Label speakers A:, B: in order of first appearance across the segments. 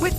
A: With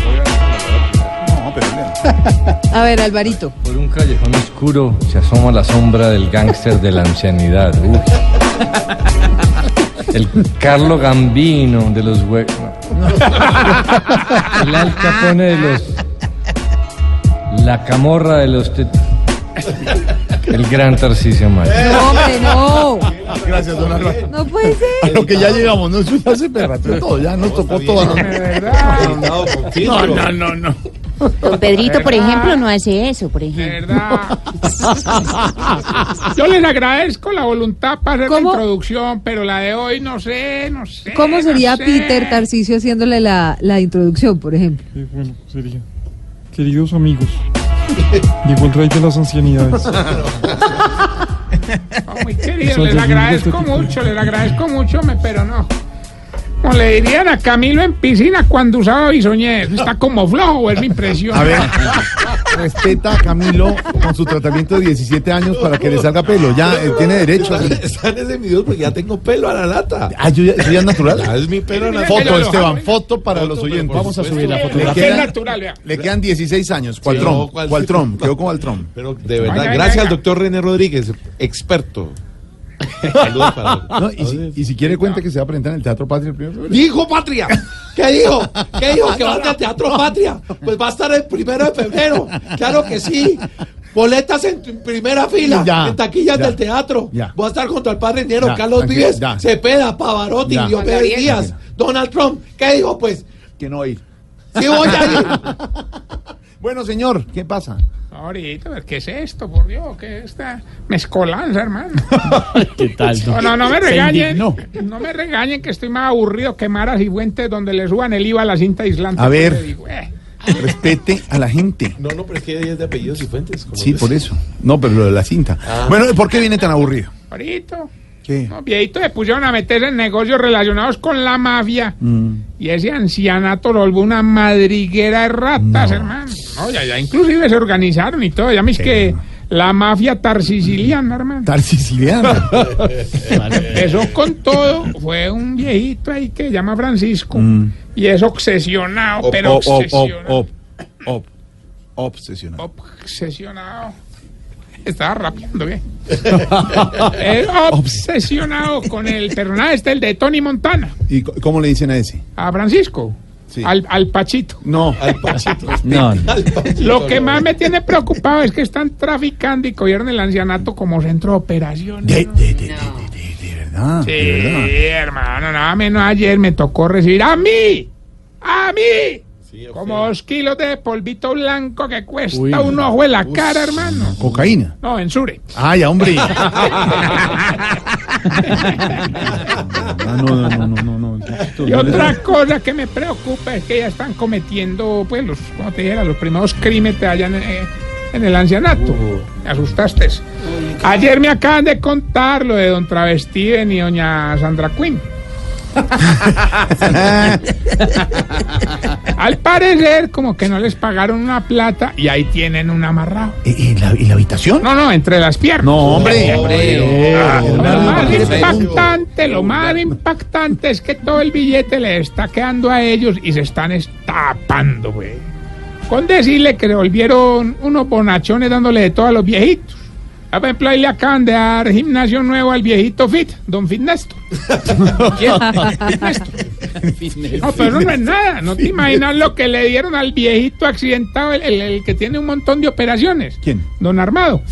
B: No, pero bien.
C: A ver, Alvarito.
D: Por un callejón oscuro se asoma la sombra del gángster de la ancianidad. Uy. El Carlo Gambino de los huecos. El Al Capone de los. La camorra de los. tet- El gran Tarcisio Maya.
C: No, hombre, no.
B: Gracias, don Álvaro.
C: No puede
B: A
C: ser.
B: lo que ya llegamos, ¿no? Eso ya hace perrato todo, ya nos tocó todo. No, no, no, no.
E: Don Pedrito, por ejemplo, no hace eso, por ejemplo.
F: ¿Verdad? Yo les agradezco la voluntad para hacer
C: ¿Cómo?
F: la introducción, pero la de hoy no sé, no sé.
C: ¿Cómo
F: no
C: sería
F: sé.
C: Peter Tarcisio haciéndole la, la introducción, por ejemplo?
G: Eh, bueno, sería. Queridos amigos, llegó el rey de las ancianidades.
F: Oh, muy querido,
G: Eso
F: les
G: yo
F: agradezco
G: digo que-
F: mucho, les agradezco mucho, me- pero no. Como le dirían a Camilo en piscina cuando usaba bisoñez, está como flojo, es mi impresión.
B: A ver, respeta a Camilo con su tratamiento de 17 años para que le salga pelo. Ya eh, tiene derecho.
H: Están ese video porque ya tengo pelo a la lata.
B: Ah, yo ya, eso ya es
H: Ah,
B: natural.
H: es mi pelo a la lata.
B: Foto, Esteban, foto para los oyentes.
H: Vamos a subir la
F: Le
B: Le
F: queda
B: quedan,
F: natural, vea.
B: le quedan 16 años. ¿Cuál
H: Sí,
B: trom?
H: no, cuál-
B: ¿Cuál trom? Quedó con el trom.
H: Pero de verdad,
F: Venga,
H: gracias
F: venga.
H: al doctor René Rodríguez, experto. Saludos para él.
B: No, y, si, y si quiere cuenta que se va a presentar en el Teatro Patria el primero de febrero.
H: Dijo Patria. ¿Qué dijo? ¿Qué dijo? Que van al Teatro Patria. Pues va a estar el primero de febrero. Claro que sí. Boletas en tu- primera fila,
B: Ya,
H: en taquillas
B: ya,
H: del teatro.
B: ya.
H: Voy a estar contra el padre Niero,
B: Ya,
H: Carlos
B: tranquilo,
H: Vives,
B: ya.
H: Cepeda, Pavarotti,
B: Ya.
H: Diomedes
B: Juan Gabriel.
H: Díaz, Donald Trump. ¿Qué dijo? Pues,
B: Que no va a ir.
H: sí voy a ir.
B: Bueno, señor, ¿qué pasa?
F: Ahorita, a ver, ¿qué es esto, por Dios? ¿Qué es esta mezcolanza, hermano? No, no, no me regañen.
B: indignó.
F: No me regañen que estoy más aburrido que Maras y Fuentes donde le suban el IVA a la cinta aislante.
B: A ver.
F: Pues le digo, eh.
B: Respete a la gente.
H: No, no, pero es que es de apellidos y fuentes. como
B: Sí,
H: yo
B: por
H: sé.
B: eso. No, pero lo de la cinta.
I: Ah.
B: Bueno, ¿por qué viene tan aburrido?
F: Ahorita.
B: ¿Qué?
F: Los viejitos se pusieron a meterse en negocios relacionados con la mafia.
B: Mm.
F: Y ese ancianato lo volvió una madriguera de ratas, hermano. No, ya, ya, inclusive se organizaron y todo. Ya me es que la mafia tarsiciliana, hermano.
B: Tarsiciliana.
F: Empezó con todo. Fue un viejito ahí que se llama Francisco. Y es obsesionado, pero
B: Mm. Ob- ob- ob-
F: obsesionado.
B: ob- ob- obsesionado.
F: obsesionado. Estaba rapeando bien. Es obsesionado con el personaje este, el de Tony Montana.
B: ¿Y co- cómo le dicen a ese?
F: A Francisco.
B: Sí.
F: Al, al Pachito.
B: No.
H: Al Pachito.
D: No, no.
H: Al Pachito,
F: Lo que
H: no.
F: más me tiene preocupado es que están traficando y cogieron el ancianato como centro de operaciones.
B: De,
F: ¿no?
B: de, de, de, de- de- de verdad.
F: Sí,
B: De verdad.
F: hermano, nada menos ayer me tocó recibir a mí, a mí,
H: Sí, o
F: como
H: sea.
F: dos kilos de polvito blanco que cuesta
B: Uy.
F: un ojo en la cara, hermano.
B: Cocaína. Ah,
F: No, en Sure.
B: Ay, hombre. Ah, no, no, no, no, no, no.
F: Y otra cosa que me preocupa es que ya están cometiendo, pues, los, como te dijera, los primeros crímenes allá en, eh, en el ancianato. Me asustaste. Ayer me acaban de contar lo de don Travestiven y doña Sandra Quinn. Al parecer, como que no les pagaron una plata y ahí tienen un amarrado.
B: ¿Y, y la, y la habitación?
F: No, no, entre las piernas.
B: No, hombre.
H: Hombre.
B: Ah,
F: Lo
B: no,
F: más
B: no,
F: impactante, lo más impactante es que todo el billete le está quedando a ellos y se están estapando, güey. Con decirle que le volvieron unos bonachones dándole de todo a los viejitos. Ah, Por ejemplo, ahí le acaban de dar gimnasio nuevo al viejito Fit, don Fit Néstor. Fit Néstor. No, pero no es nada. No te imaginas lo que le dieron al viejito accidentado, el- el- el que tiene un montón de operaciones.
B: ¿Quién?
F: Don Armado.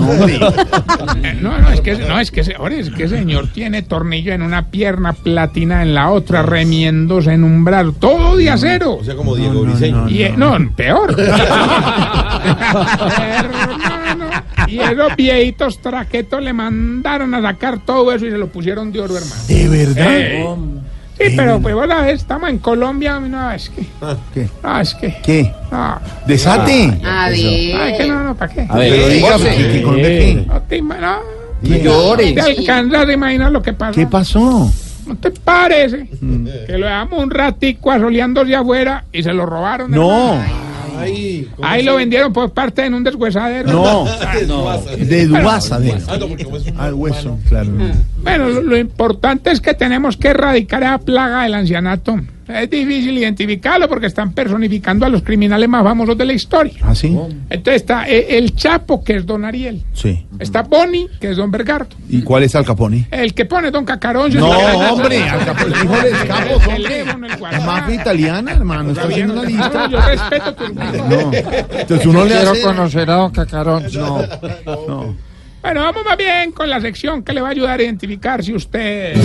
B: No, hombre.
F: Eh, No, no, es que, no, es que, ese- ahora es que ese señor tiene tornillo en una pierna, platina en la otra, remiendos en un brazo, todo de acero.
H: O sea, como Diego Briseño.
F: Y eh, no, peor. Hermano, y esos viejitos traquetos le mandaron a sacar todo eso y se lo pusieron de oro, hermano.
B: ¿De verdad?
F: Ey. Sí, pero pues bueno, estamos en Colombia, no, es que,
B: Ah, ¿Qué?
F: no, es que,
B: ¿Qué? Ah,
F: no,
B: Desate.
E: A
F: ay, que
E: ver.
F: no, no, ¿para qué?
B: Pero diga, ¿qué, qué, con qué?
F: No te, ima- no, Pues,
B: Diga.
F: te alcanzas a imaginar lo que pasa.
B: ¿Qué Mm. pasó?
F: ¿No te parece que lo dejamos un ratico asoleándose afuera y se lo robaron?
B: No,
H: Ay, ¿cómo
F: Ahí
H: se-
F: lo vendieron por parte en un deshuesadero.
B: Ah, no. De Duasa, de.
H: Ah, no, porque como es un
B: Al hueso, claro.
F: Bueno, lo, lo importante es que tenemos que erradicar esa plaga del ancianato. Es difícil identificarlo porque están personificando a los criminales más famosos de la historia.
B: ¿Ah, sí?
F: Entonces está eh, el Chapo, que es Don Ariel.
B: Sí.
F: Está Bonnie, que es Don Bergardo.
B: ¿Y cuál es Al Capone?
F: El que pone Don Cacarón.
B: No, hombre, Al Capone, hijo de escapos, hombre. La mafia italiana, hermano, está haciendo una lista.
F: Yo respeto tu
B: No. Entonces uno le hace...
G: conocer a Don Cacarón.
B: No, no.
F: Bueno, vamos más bien con la sección que le va a ayudar a identificar si usted...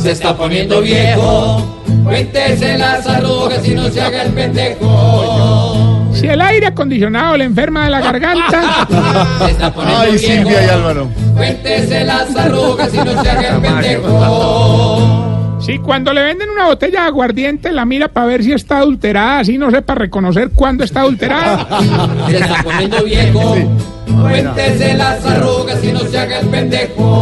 J: Se está poniendo viejo, cuéntese las arrugas y no se haga el pendejo.
F: Si el aire acondicionado le enferma de la garganta...
J: Se está poniendo
B: Ay,
J: viejo,
B: Silvia y Álvaro.
J: cuéntese las arrugas y no se haga el pendejo.
F: Si cuando le venden una botella de aguardiente la mira para ver si está adulterada, así no sepa reconocer cuándo está adulterada.
J: Se está poniendo viejo, cuéntese las arrugas y no se haga el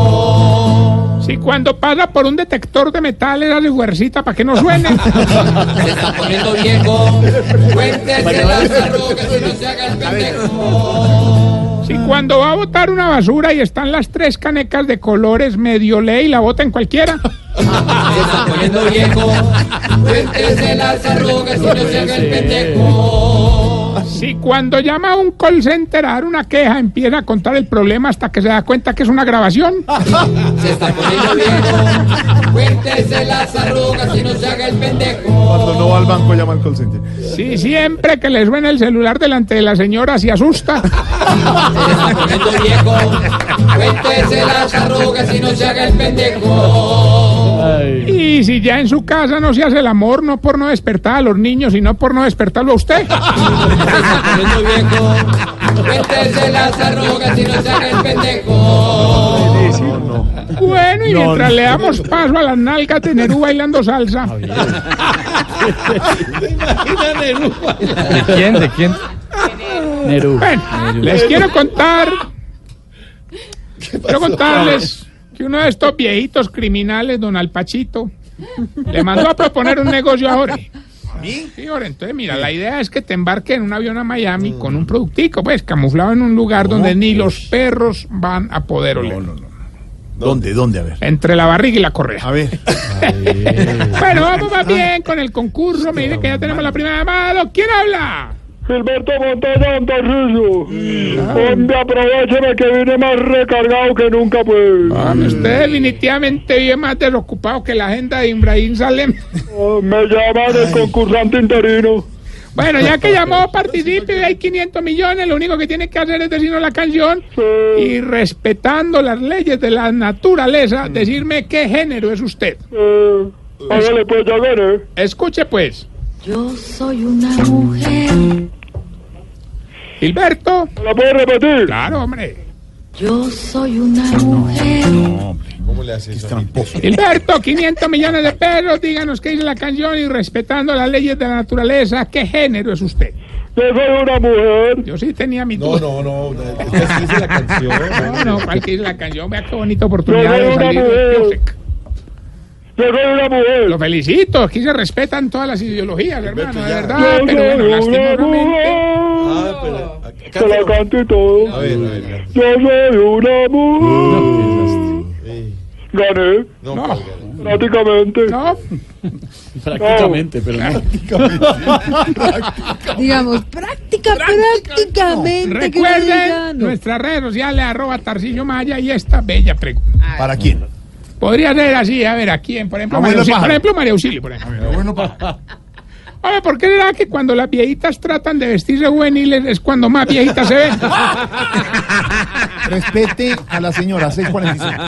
J: pendejo.
F: Si cuando pasa por un detector de metales hace fuercita para que no suene.
J: Se está poniendo viejo, cuéntese las arrugas y no se haga el pendejo.
F: Si cuando va a botar una basura y están las tres canecas de colores medio ley, la bota en cualquiera.
J: Se está poniendo viejo, cuéntese las arrugas y no se haga el pendejo.
F: Si cuando llama a un call center a dar una queja empieza a contar el problema hasta que se da cuenta que es una grabación.
J: Se está poniendo viejo, cuéntese las arrugas y no se haga el pendejo.
B: Cuando no va al banco llama al call center.
F: Si siempre que le suena el celular delante de la señora se asusta.
J: Se está poniendo viejo, cuéntese las arrugas y no se haga el pendejo.
F: Y si ya en su casa no se hace el amor, no por no despertar a los niños, sino por no despertarlo a usted.
J: Se está poniendo viejo, cuéntese las arrugas y no se haga el pendejo.
B: No, no.
F: Bueno, y
B: No,
F: mientras
B: no.
F: le damos paso a las nalgas de Nerú bailando salsa.
D: ¿De quién? ¿De quién? Nerú.
F: Bueno, les quiero contar. Quiero contarles
B: Ah.
F: que uno de estos viejitos criminales, don Alpachito, le mandó a proponer un negocio a Jorge. Sí, Jorge, entonces mira, la idea es que te embarque en un avión a Miami
B: Mm.
F: con un productico, pues, camuflado en un lugar donde ni
B: pues.
F: los perros van a poder oler.
B: ¿Dónde? ¿Dónde? A ver.
F: Entre la barriga y la correa.
B: A ver.
F: Bueno, vamos más bien con el concurso. Me dice que ya tenemos la primera llamada. ¿Quién habla?
I: Gilberto Montañón Tarcillo. Hombre, aprovecheme que vine más recargado que nunca, pues.
F: Hombre, Ah, usted definitivamente vive más desocupado que la agenda de Ibrahim Salem.
I: Oh, Me llaman el concursante interino.
F: Bueno, ya que llamó, participe, hay 500 millones. Lo único que tiene que hacer es decirnos la canción y respetando las leyes de la naturaleza, decirme qué género es usted.
I: Eh, hágale pues, ya gané.
F: Escuche pues,
K: Yo soy una mujer,
F: Gilberto.
I: ¿Me ¿La puedo repetir?
F: Claro, hombre.
K: yo soy una mujer.
H: ¿Cómo le haces eso?
B: Tramposo.
F: Gilberto, 500 millones de pesos. Díganos qué dice la canción y respetando las leyes de la naturaleza, qué género es usted.
I: Yo soy una mujer.
F: Yo sí tenía mi
H: No,
F: duda.
H: no, no. Esa es la canción.
F: No, no, ¿cuál que es la canción? Vea qué bonita oportunidad de
I: Yo
F: salir
I: no,
F: del
I: no.
F: Music.
I: Yo soy una mujer.
F: Lo felicito, aquí se respetan todas las ideologías, hermano, de verdad,
I: Yo
F: pero bueno,
I: soy una
F: lastimosamente.
I: mujer.
H: Ah, pero, ah,
I: Se la
H: cántalo.
I: canto y todo.
H: A ver, a ver.
I: Yo soy una mujer. Gané,
H: No,
F: No.
H: no.
I: prácticamente.
F: No,
I: Prácticamente,
H: pero no.
C: Digamos, práctica, prácticamente. que
F: recuerden
C: no digan.
F: nuestras redes sociales, arroba Tarcillo Maya y esta bella pregunta.
B: ¿Para quién?
F: Podría ser así, a ver, ¿a quién? Por ejemplo,
B: Ah,
F: María
B: bueno,
F: Auxilio, por
B: pájaro.
F: ejemplo, María Auxilio, por ejemplo.
B: Bueno, para.
F: A ver, ¿por qué será que cuando las viejitas tratan de vestirse juveniles es cuando más viejitas se ven?
B: Respete a la señora 645.